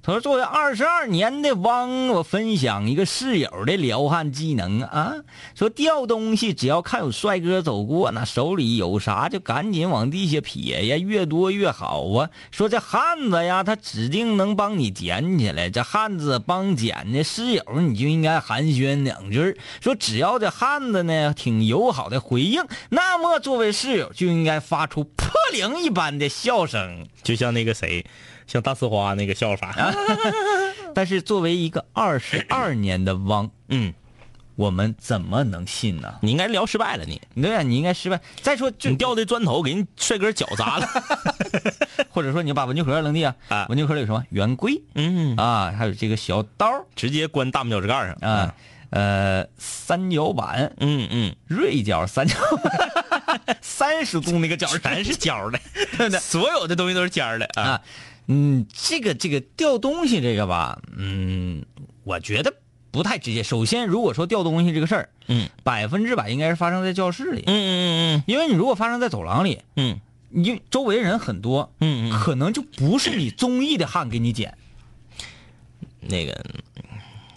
她说：“作为二十二年的汪，我分享一个室友的撩汉技能啊。说掉东西，只要看有帅哥走过，那手里有啥就赶紧往地下撇呀，越多越好啊。说这汉子呀，他指定能帮你捡起来。这汉子帮捡的室友，你就应该寒暄两句儿。说只要这汉子呢挺友好的回应，那么作为室友就应该发出破铃一般的笑声。就像那个谁，像大呲花那个笑法。但是作为一个二十二年的汪，嗯，我们怎么能信呢？你应该聊失败了你，对呀、你应该失败。再说就你掉的砖头给人帅哥脚 砸了。或者说你把文具盒扔地啊，啊文具盒里有什么圆规嗯，啊，还有这个小刀直接关大拇脚趾盖上。啊，呃，三角板、嗯嗯，锐角、三角板 三十度那个角全是尖 儿的，对不对？所有的东西都是尖儿的啊。啊，嗯，这个这个掉东西这个吧，嗯，我觉得不太直接。首先，如果说掉东西这个事儿，嗯，百分之百应该是发生在教室里，嗯嗯因为你如果发生在走廊里，嗯嗯你就周围人很多，嗯嗯，可能就不是你中意的汉给你捡。那个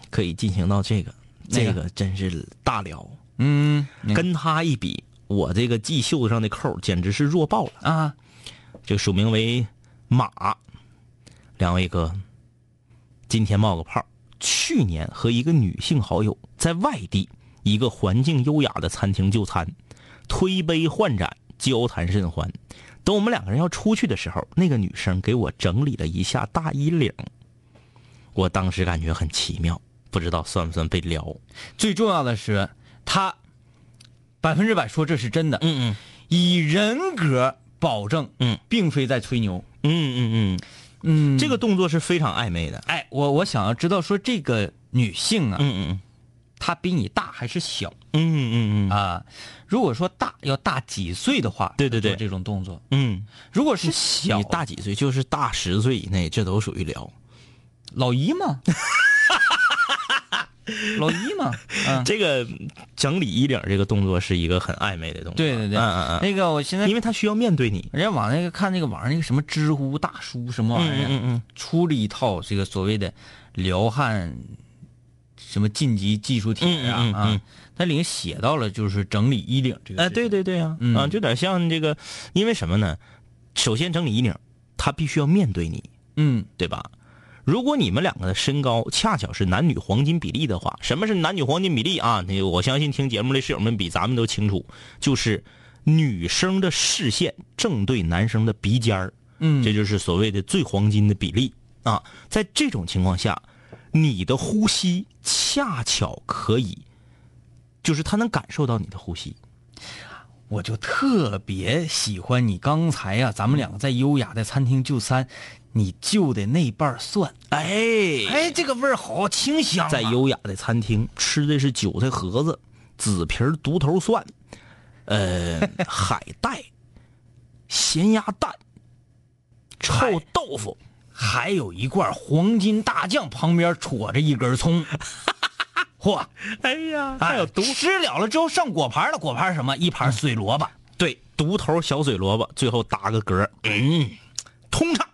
可以进行到这个，那这个个真是大聊。嗯，跟他一比，我这个系袖子上的扣简直是弱爆了。啊，这个署名为马，两位哥，今天冒个泡。去年和一个女性好友在外地一个环境优雅的餐厅就餐，推杯换盏，交谈甚欢。等我们两个人要出去的时候，那个女生给我整理了一下大衣领，我当时感觉很奇妙，不知道算不算被撩。最重要的是，他百分之百说这是真的，嗯以人格保证，嗯，并非在吹牛。嗯嗯嗯嗯嗯，这这个个动作是非常暧昧的。哎，我我想要知道说这个女性啊，嗯她比你大还是小嗯嗯嗯嗯嗯啊？如果说大，要大几岁的话，对对就做对这种动作。嗯，如果是小，你大几岁？就是大十岁以内，这都属于撩。老姨嘛， 老姨嘛，嗯，这个整理衣领这个动作是一个很暧昧的动作。对对对，嗯嗯嗯，那个我现在因为他需要面对你。人家往那个看那个网上那个什么知乎大叔什么玩意儿，嗯嗯嗯嗯出了一套这个所谓的辽汉什么晋级技术帖啊、嗯嗯嗯嗯啊，它里面写到了就是整理衣领这个哎，事情对对对啊，嗯啊，就有点像这个，因为什么呢？首先整理衣领，他必须要面对你，嗯对吧？如果你们两个的身高恰巧是男女黄金比例的话，什么是男女黄金比例啊？那个我相信听节目的室友们比咱们都清楚，就是女生的视线正对男生的鼻尖儿，嗯这就是所谓的最黄金的比例啊。在这种情况下，你的呼吸恰巧可以，就是他能感受到你的呼吸。我就特别喜欢你刚才呀、咱们两个在优雅的餐厅就餐，你就的那瓣蒜，哎哎，这个味儿好清香、啊，在优雅的餐厅吃的是韭菜盒子、紫皮儿独头蒜，呃，海带、咸鸭蛋、臭豆腐。还有一罐黄金大酱，旁边戳着一根 葱，嚯！哎呀，哎，吃了了之后上果盘了，果盘是什么？一盘碎萝卜。对，独头小嘴萝卜，最后打个嗝，嗯，通畅。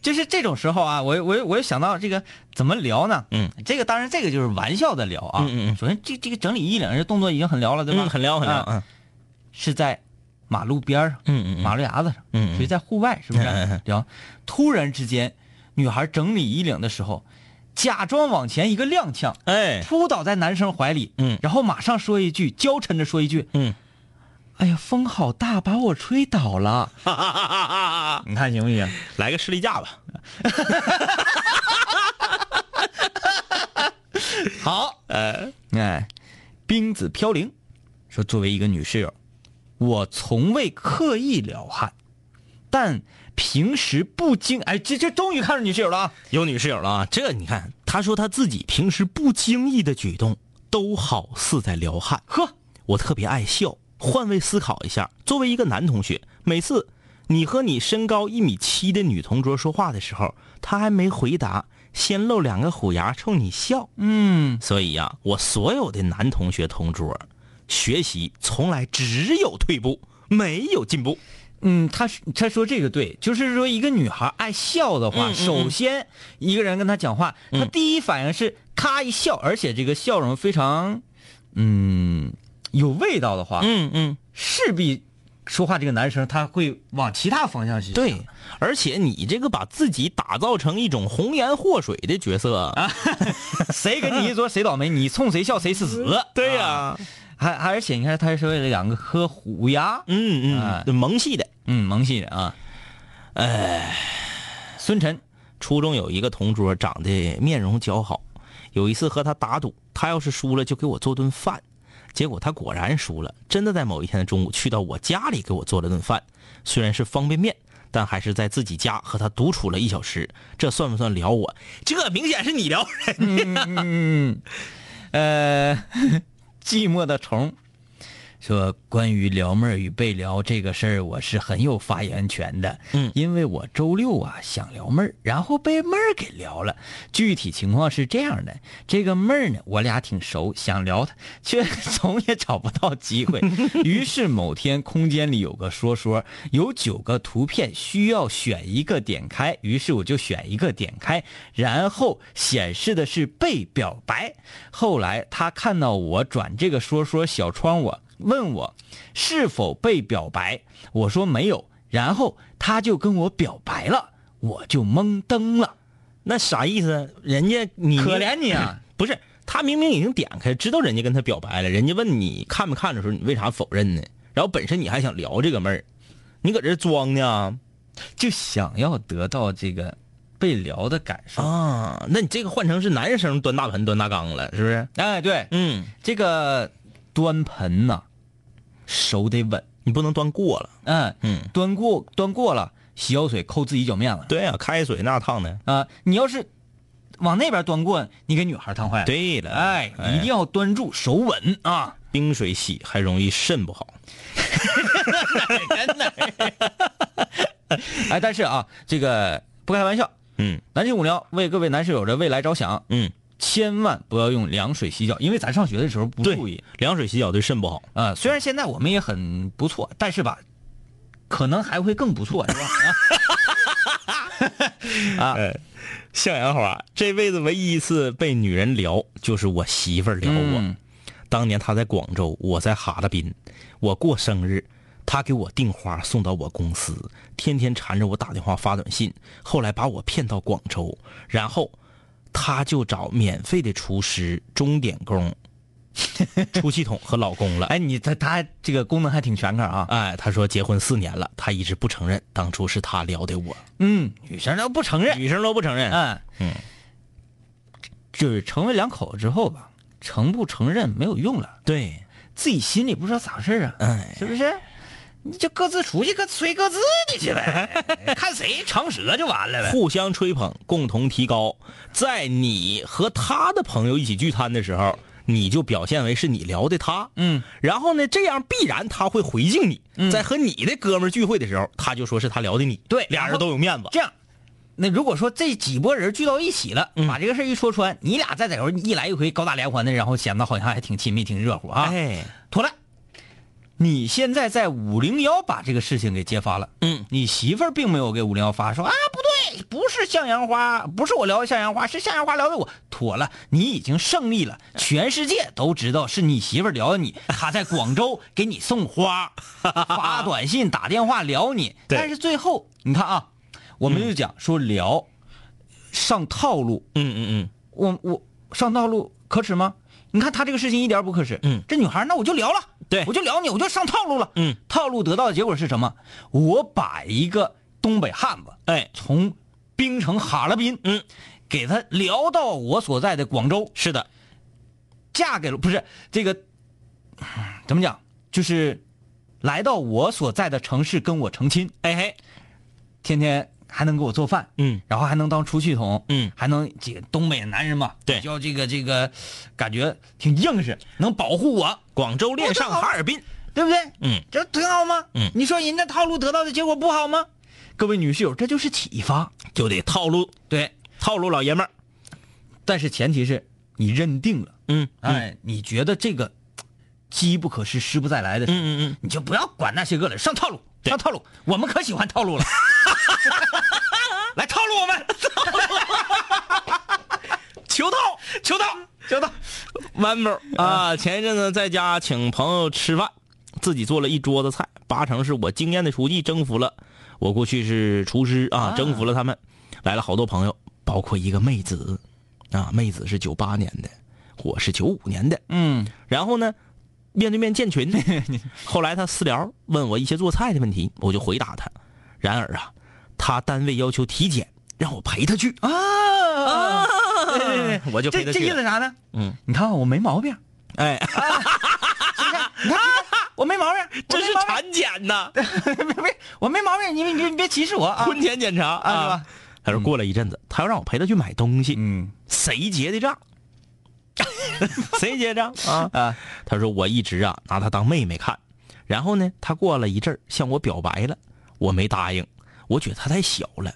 就是这种时候啊，我我我又想到这个怎么聊呢？嗯，这个当然这个就是玩笑的聊啊。嗯嗯嗯首先这这个整理衣领这动作已经很聊了，对吧？嗯，很撩很撩，啊嗯是在马路边儿上，嗯嗯嗯马路牙子上，嗯嗯所以在户外是不是嗯嗯嗯聊？突然之间，女孩整理衣领的时候，假装往前一个踉跄， 哎，扑倒在男生怀里，嗯然后马上说一句，娇嗔着说一句，嗯，哎呀，风好大，把我吹倒了，哈哈哈哈哈哈，你看行不行？来个士力架吧，好，呃，哎，冰子飘零说，作为一个女室友，我从未刻意撩汉，但平时不经，哎，这这终于看上女室友了啊！有女室友了啊，这你看，她说她自己平时不经意的举动都好似在撩汉，呵，我特别爱笑。换位思考一下，作为一个男同学，每次你和你身高一米七的女同桌说话的时候，她还没回答，先露两个虎牙冲你笑。嗯，所以呀、我所有的男同学同桌，学习从来只有退步，没有进步。嗯，他是他说这个对，就是说一个女孩爱笑的话，首先一个人跟她讲话，她第一反应是咔一笑，而且这个笑容非常，嗯，有味道的话，嗯嗯，势必说话这个男生他会往其他方向去想。对，而且你这个把自己打造成一种红颜祸水的角色啊， 谁跟你一桌谁倒霉，你冲谁笑谁是死。啊对呀、还还而且你看他是为了两个颗虎牙，嗯嗯，哎对萌系的。嗯，萌系的啊，哎，孙晨，初中有一个同桌长得面容姣好，有一次和他打赌，他要是输了就给我做顿饭。结果他果然输了，真的在某一天的中午去到我家里给我做了顿饭，虽然是方便面，但还是在自己家和他独处了一小时。这算不算撩我？这明显是你撩人。 嗯，呃，寂寞的虫说关于撩妹儿与被撩这个事儿，我是很有发言权的。嗯因为我周六啊想撩妹儿，然后被妹儿给撩了。具体情况是这样的，这个妹儿呢，我俩挺熟，想撩她，却 总也找不到机会。于是某天空间里有个说说，有九个图片需要选一个点开，于是我就选一个点开，然后显示的是被表白。后来他看到我转这个说说小窗我。问我是否被表白，我说没有，然后他就跟我表白了，我就懵登了， 那啥意思？人家你可怜你啊！不是他明明已经点开，知道人家跟他表白了，人家问你看没看的时候，你为啥否认呢？然后本身你还想聊这个妹儿，你搁这装呢 就想要得到这个被聊的感受。啊？那你这个换成是男生端大盆端大缸了，是不是？哎，对，嗯，这个端盆呐、手得稳，你不能端过了。嗯嗯端过端过了，洗脚水扣自己脚面了对啊，开水那烫的。啊、你要是往那边端过，你给女孩烫坏了。，对了，哎，一定要端住，手稳啊。冰水洗还容易肾不好。哎，但是啊，这个不开玩笑，嗯南秦五聊为各位男室友的未来着想，嗯，千万不要用凉水洗脚，因为咱上学的时嗯候不注意对，凉水洗脚对肾不好。啊、虽然现在我们也很不错，但是吧，可能还会更不错，是吧？啊向阳花这辈子唯一一次被女人聊，就是我媳妇儿聊我。嗯当年她在广州，我在哈尔滨，我过生日，她给我订花送到我公司，天天缠着我打电话发短信，后来把我骗到广州，然后她就找免费的厨师、钟点工、 出气筒和老公了。哎，你他他这个功能还挺全面啊。哎，她说结婚四年了，她一直不承认当初是她撩的我，嗯，女生都不承认。女生都不承认。嗯嗯，就是成为两口子之后吧，承不承认没有用了，对，自己心里不知道咋回事儿啊，哎，是不是？你就各自出去，各吹各自的去 呗，看谁长舌就完了呗。互相吹捧，共同提高。在你和他的朋友一起聚餐的时候，你就表现为是你聊的他，嗯，然后呢，这样必然他会回敬你。在和你的哥们儿聚会的时候，他就说是他聊的你，对俩然人后都有面子。这样，那如果说这几拨人聚到一起了，嗯把这个事儿一说穿，你俩再在头一来一回高大连环的，然后显得好像还挺亲密、挺热乎啊。哎，妥了，你现在在五零幺把这个事情给揭发了，嗯，你媳妇儿并没有给五零幺发说啊，不对，不是向阳花，不是我聊的向阳花，是向阳花聊的我。妥了，你已经胜利了，嗯全世界都知道是你媳妇儿聊的 你，她在广州给你送花，发短信、打电话聊你，对但是最后你看啊，我们就讲说聊、上套路，嗯嗯嗯，我我上道路可耻吗？你看他这个事情一点儿不可耻。嗯这女孩儿那我就聊了，对我就聊你，我就上套路了。嗯，套路得到的结果是什么？我把一个东北汉子，哎，从冰城哈尔滨，嗯，给他聊到我所在的广州，是的，嫁给了不是这个，怎么讲？就是来到我所在的城市跟我成亲，哎嘿，天天还能给我做饭，嗯然后还能当出气筒，嗯还能这个东北男人嘛，对嗯比较这个这个感觉挺硬实，能保护我，广州恋上哈尔滨，对不对？嗯，这挺好吗？嗯你说人家套路得到的结果不好吗？各位女室友，这就是启发，就得套路对，套路老爷们儿。但是前提是你认定了，嗯，哎，你觉得这个机不可失，失不再来的时候，嗯嗯嗯，你就不要管那些个了，上套路，对上套路，我们可喜欢套路 了，来套路我们，求套，求套，求套。弯某啊，前一阵子在家请朋友吃饭，自己做了一桌子菜，八成是我经验的厨艺征服了。我过去是厨师啊，征服了他们，来了好多朋友，包括一个妹子，啊，妹子是九八年的，我是九五年的，嗯，然后呢，面对面建群， 后来他私聊问我一些做菜的问题，我就回答他。然而啊，他单位要求体检，让我陪他去啊，哎啊，对对对我就陪这他这去意了。思啥呢？嗯，你看啊我没毛 病，哎，你看我没毛病， 这是馋，产检呐，没没我没毛病，你你你别歧视我啊！婚前检查啊是吧啊。他说过了一阵子，他要让我陪他去买东西，嗯，谁结的账？ 谁接着啊啊？他说我一直啊拿她当妹妹看，然后呢，她过了一阵儿向我表白了，我没答应，我觉得她太小了。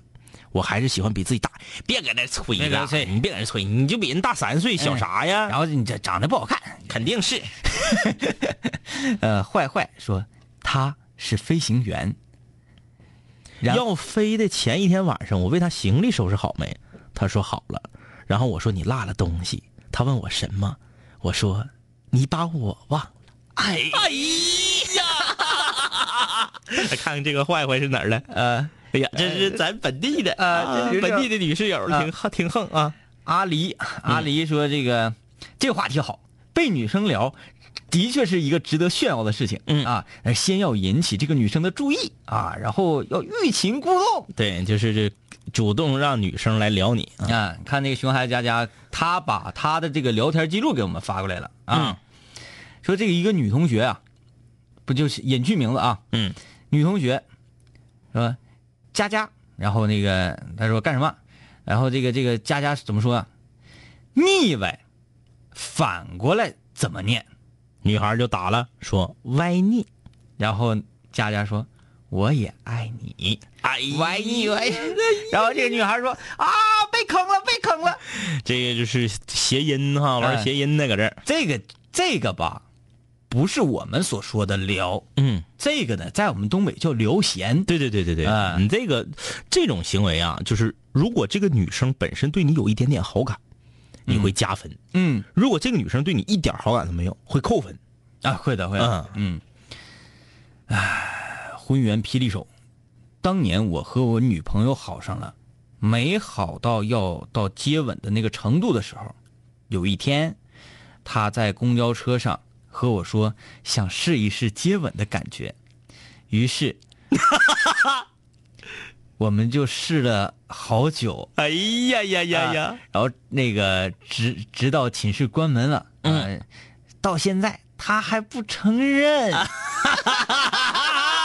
我还是喜欢比自己大，别搁那吹别搁那了，吹哎嗯你别搁那吹，你就比人大三岁，小啥呀？然后你这长得不好看，肯定是呃，坏坏说他是飞行员，然后要飞的前一天晚上，我问他行李收拾好没，他说好了。然后我说你落了东西，他问我什么，我说你把我忘了。哎哎呀，来 看看这个坏坏是哪儿的？呃，哎呀， 这是咱本地的啊这是本地的女室友，啊挺横挺横啊。阿狸，阿狸说这个、这个话题好，被女生聊，的确是一个值得炫耀的事情。嗯啊，呃先要引起这个女生的注意啊，然后要欲擒故纵对，就是这主动让女生来撩你啊。啊。看那个熊孩子佳佳，他把他的这个聊天记录给我们发过来了嗯啊，说这个一个女同学啊，不就是隐去名字啊，嗯女同学说佳佳，然后那个他说干什么？然后这个这个佳佳怎么说啊？腻歪，反过来怎么念？女孩就打了，说歪腻，然后佳佳说我也爱你，哎歪腻歪。然后这个女孩说啊，被坑了，被坑了。这个就是谐音哈，玩哎谐音呢，搁这儿。这个这个吧，不是我们所说的聊，嗯。这个呢，在我们东北叫聊闲。对对对对对，哎你这个这种行为啊，就是如果这个女生本身对你有一点点好感，你会加分；嗯如果这个女生对你一点好感都没有，会扣分。啊，会的，会的。嗯，唉，婚缘霹雳手，当年我和我女朋友好上了，没好到要到接吻的那个程度的时候，有一天，她在公交车上和我说想试一试接吻的感觉，于是，我们就试了好久。哎呀呀呀啊！然后那个直直到寝室关门了，嗯，到现在他还不承认。啊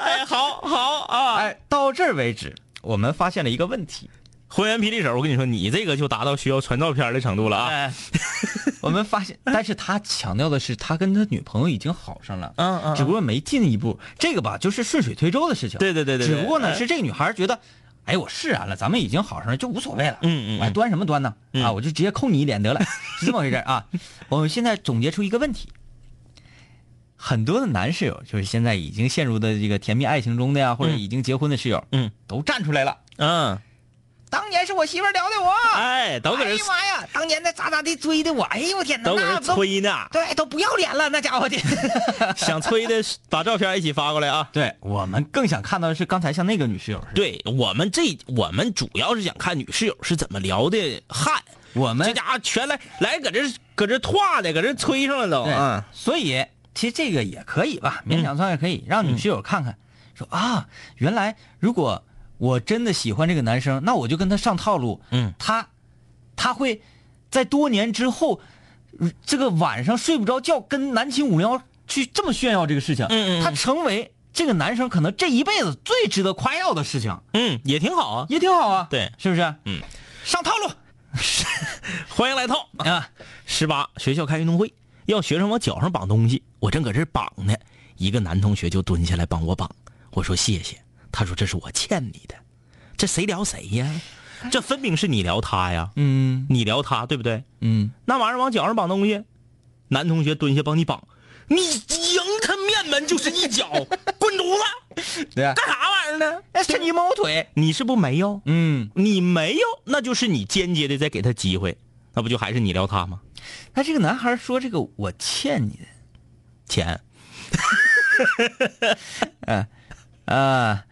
哎，好好啊！哎，到这儿为止，我们发现了一个问 题婚姻霹雳手，我跟你说，你这个就达到需要传照片的程度了啊！哎，我们发现，但是他强调的是他跟他女朋友已经好上了，嗯嗯只不过没进一步。这个吧，就是顺水推舟的事情。对对对对只对不过呢，哎是这个女孩觉得。哎，我释然了，咱们已经好上了，就无所谓了。嗯嗯嗯我还端什么端呢？啊，我就直接扣你一脸得 了，是这么回事啊。我们现在总结出一个问题，很多的男室友，就是现在已经陷入的这个甜蜜爱情中的呀，或者已经结婚的室友，嗯，都站出来了。嗯，当年是我媳妇儿撩的我，哎，都搁哎这呀妈呀！当年那咋咋地追的我，哎呦我天哪，都搁那这都催 呢，对都不要脸了，那家伙的。想催的把照片一起发过来啊！ 对我们更想看到的是刚才像那个女室友似的，对我们这，我们主要是想看女室友是怎么聊的汗。我们这家伙全来来搁这搁这歘的，搁这吹上了都。对嗯，所以其实这个也可以吧，勉强算是可以，让女室友看看，说啊，原来如果我真的喜欢这个男生，那我就跟他上套路，嗯，他他会在多年之后，呃这个晚上睡不着觉，跟南秦五幺去这么炫耀这个事情，嗯嗯嗯他成为这个男生可能这一辈子最值得夸耀的事情，嗯，也挺好啊。也挺好啊，对是不是？嗯，上套路欢迎来套啊，十八学校开运动会，要学生往脚上绑东西，我正搁这绑呢，一个男同学就蹲下来帮我绑，我说谢谢，他说这是我欠你的，这谁聊谁呀？这分明是你聊他呀，嗯你聊他对不对？嗯，那玩意儿往脚上绑东西，男同学蹲下帮你绑，你迎他面门就是一脚，滚犊子，对啊，干啥玩意儿呢？哎趁机摸我腿，你是不没有？嗯。你没有，那就是你间接的在给他机会，那不就还是你撩他吗？他这个男孩说：“这个我欠你钱，的啊。”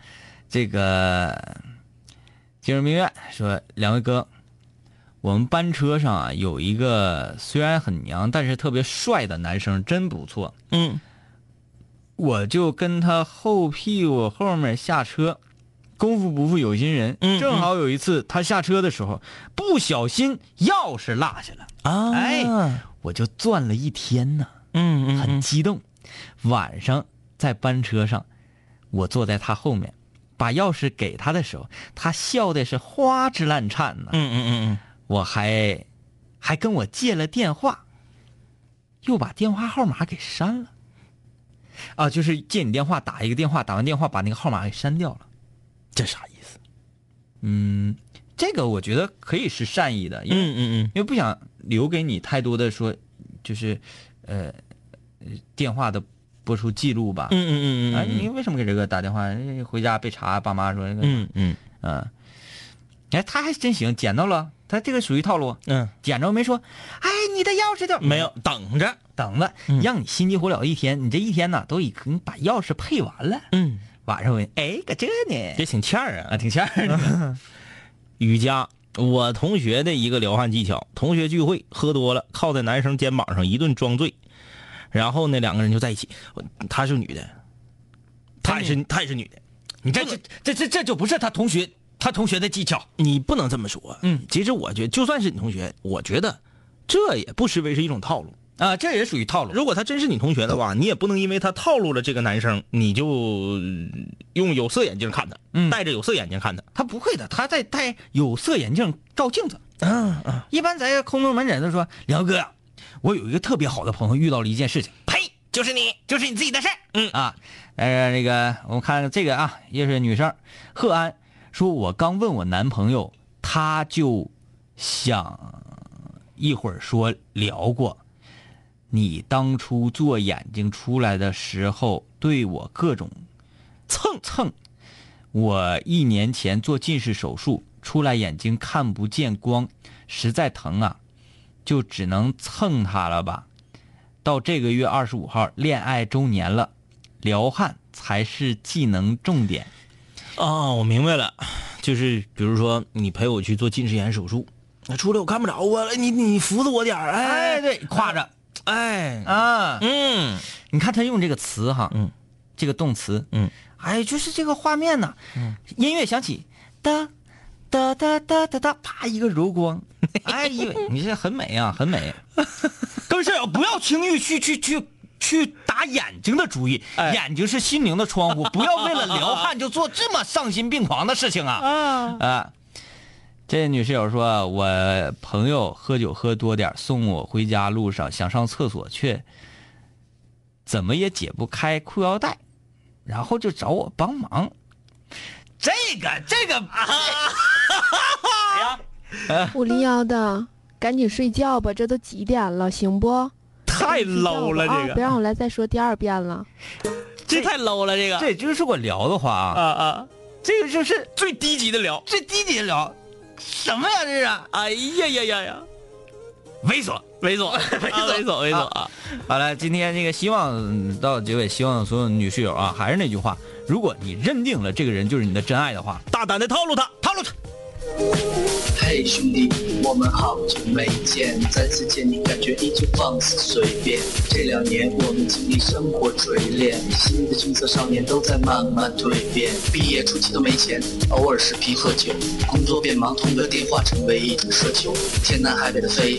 这个金日明月说：“两位哥，我们班车上啊有一个虽然很娘，但是特别帅的男生，真不错。嗯我就跟他后屁股后面下车。”功夫不负有心人，嗯正好有一次他下车的时候，不小心钥匙落下了，啊哎哎，我就攥了一天呢。嗯嗯很激动。晚上在班车上，我坐在他后面，把钥匙给他的时候，他笑的是花枝乱颤呢。嗯嗯嗯我还还跟我借了电话，又把电话号码给删了。啊，就是借你电话打一个电话，打完电话把那个号码给删掉了。这啥意思？嗯，这个我觉得可以是善意的，因为、嗯嗯因为不想留给你太多的说，就是呃呃电话的播出记录吧。嗯嗯嗯啊，嗯你为什么给这个打电话？哎回家被查，爸妈说那个，嗯嗯嗯，哎，他还真行，捡到了，他这个属于套路，嗯，捡着没说，哎，你的钥匙掉没有，嗯等着。等了，让你心急火燎一天，你这一天呐都已经把钥匙配完了，嗯，晚上问，哎，搁这呢，也挺欠儿啊啊，。挺欠儿的，瑜伽，我同学的一个撩汉技巧，同学聚会喝多了，靠在男生肩膀上一顿装醉，然后呢两个人就在一起，我她是女的，她也是她也是女的，你这这这这这就不是他同学他同学的技巧，你不能这么说。嗯，其实我觉得就算是你同学，我觉得这也不失为是一种套路。啊，这也属于套路，如果她真是你同学的话，你也不能因为她套路了这个男生，你就呃用有色眼镜看他，嗯戴着有色眼镜看他。他不会的，他在戴有色眼镜照镜子，嗯嗯，一般在空中门诊都说，梁哥，我有一个特别好的朋友遇到了一件事情，呸，就是你，就是你自己的事儿。嗯啊，呃，那个我们看这个啊，也是女生，贺安说，我刚问我男朋友，他就想一会儿说聊过，你当初做眼睛出来的时候对我各种蹭蹭，我一年前做近视手术出来眼睛看不见光，实在疼啊，就只能蹭他了吧。到这个月二十五号，恋爱周年了，撩汉才是技能重点。哦，我明白了，就是比如说你陪我去做近视眼手术，那出来我看不着啊，你你扶着我点儿，哎哎，对，挎着哎，啊，嗯你看他用这个词哈，嗯，这个动词，嗯，哎，就是这个画面呐，音乐响起，哒哒哒哒哒哒，啪一个柔 光，哎呦，你这很美啊，很美。各位舍友，不要轻易去去去去打眼睛的主意，哎眼睛是心灵的窗 户，不要为了撩汉就做这么丧心病狂的事情啊！啊这女室友说，我朋友喝酒喝多点儿，送我回家路上想上厕所，却怎么也解不开裤腰带，然后就找我帮忙。这个这个，无力要的，赶紧睡觉吧，这都几点了，行不？赶太紧睡觉 low 了吧啊这个别让我来再说第二遍了。这太 low 了，这个这就是我聊的话啊，啊，这个就是最低级的聊，最低级的聊，什么呀这是？哎呀呀呀呀，猥琐猥琐猥琐猥琐猥琐啊，好了，今天这个希望嗯到结尾，希望所有女室友啊，还是那句话，如果你认定了这个人就是你的真爱的话，大胆的套路他，套路他。嘿，兄弟，我们好久没见，再次见你感觉依旧放肆随便。这两年我们经历生活锤炼，新的青涩少年都在慢慢蜕变。毕业初期都没钱，偶尔视频喝酒，工作变忙，通个电话成为一种奢求。天南海北的飞，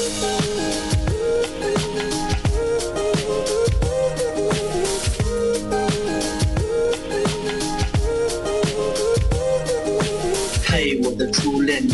嘿，我的初恋，你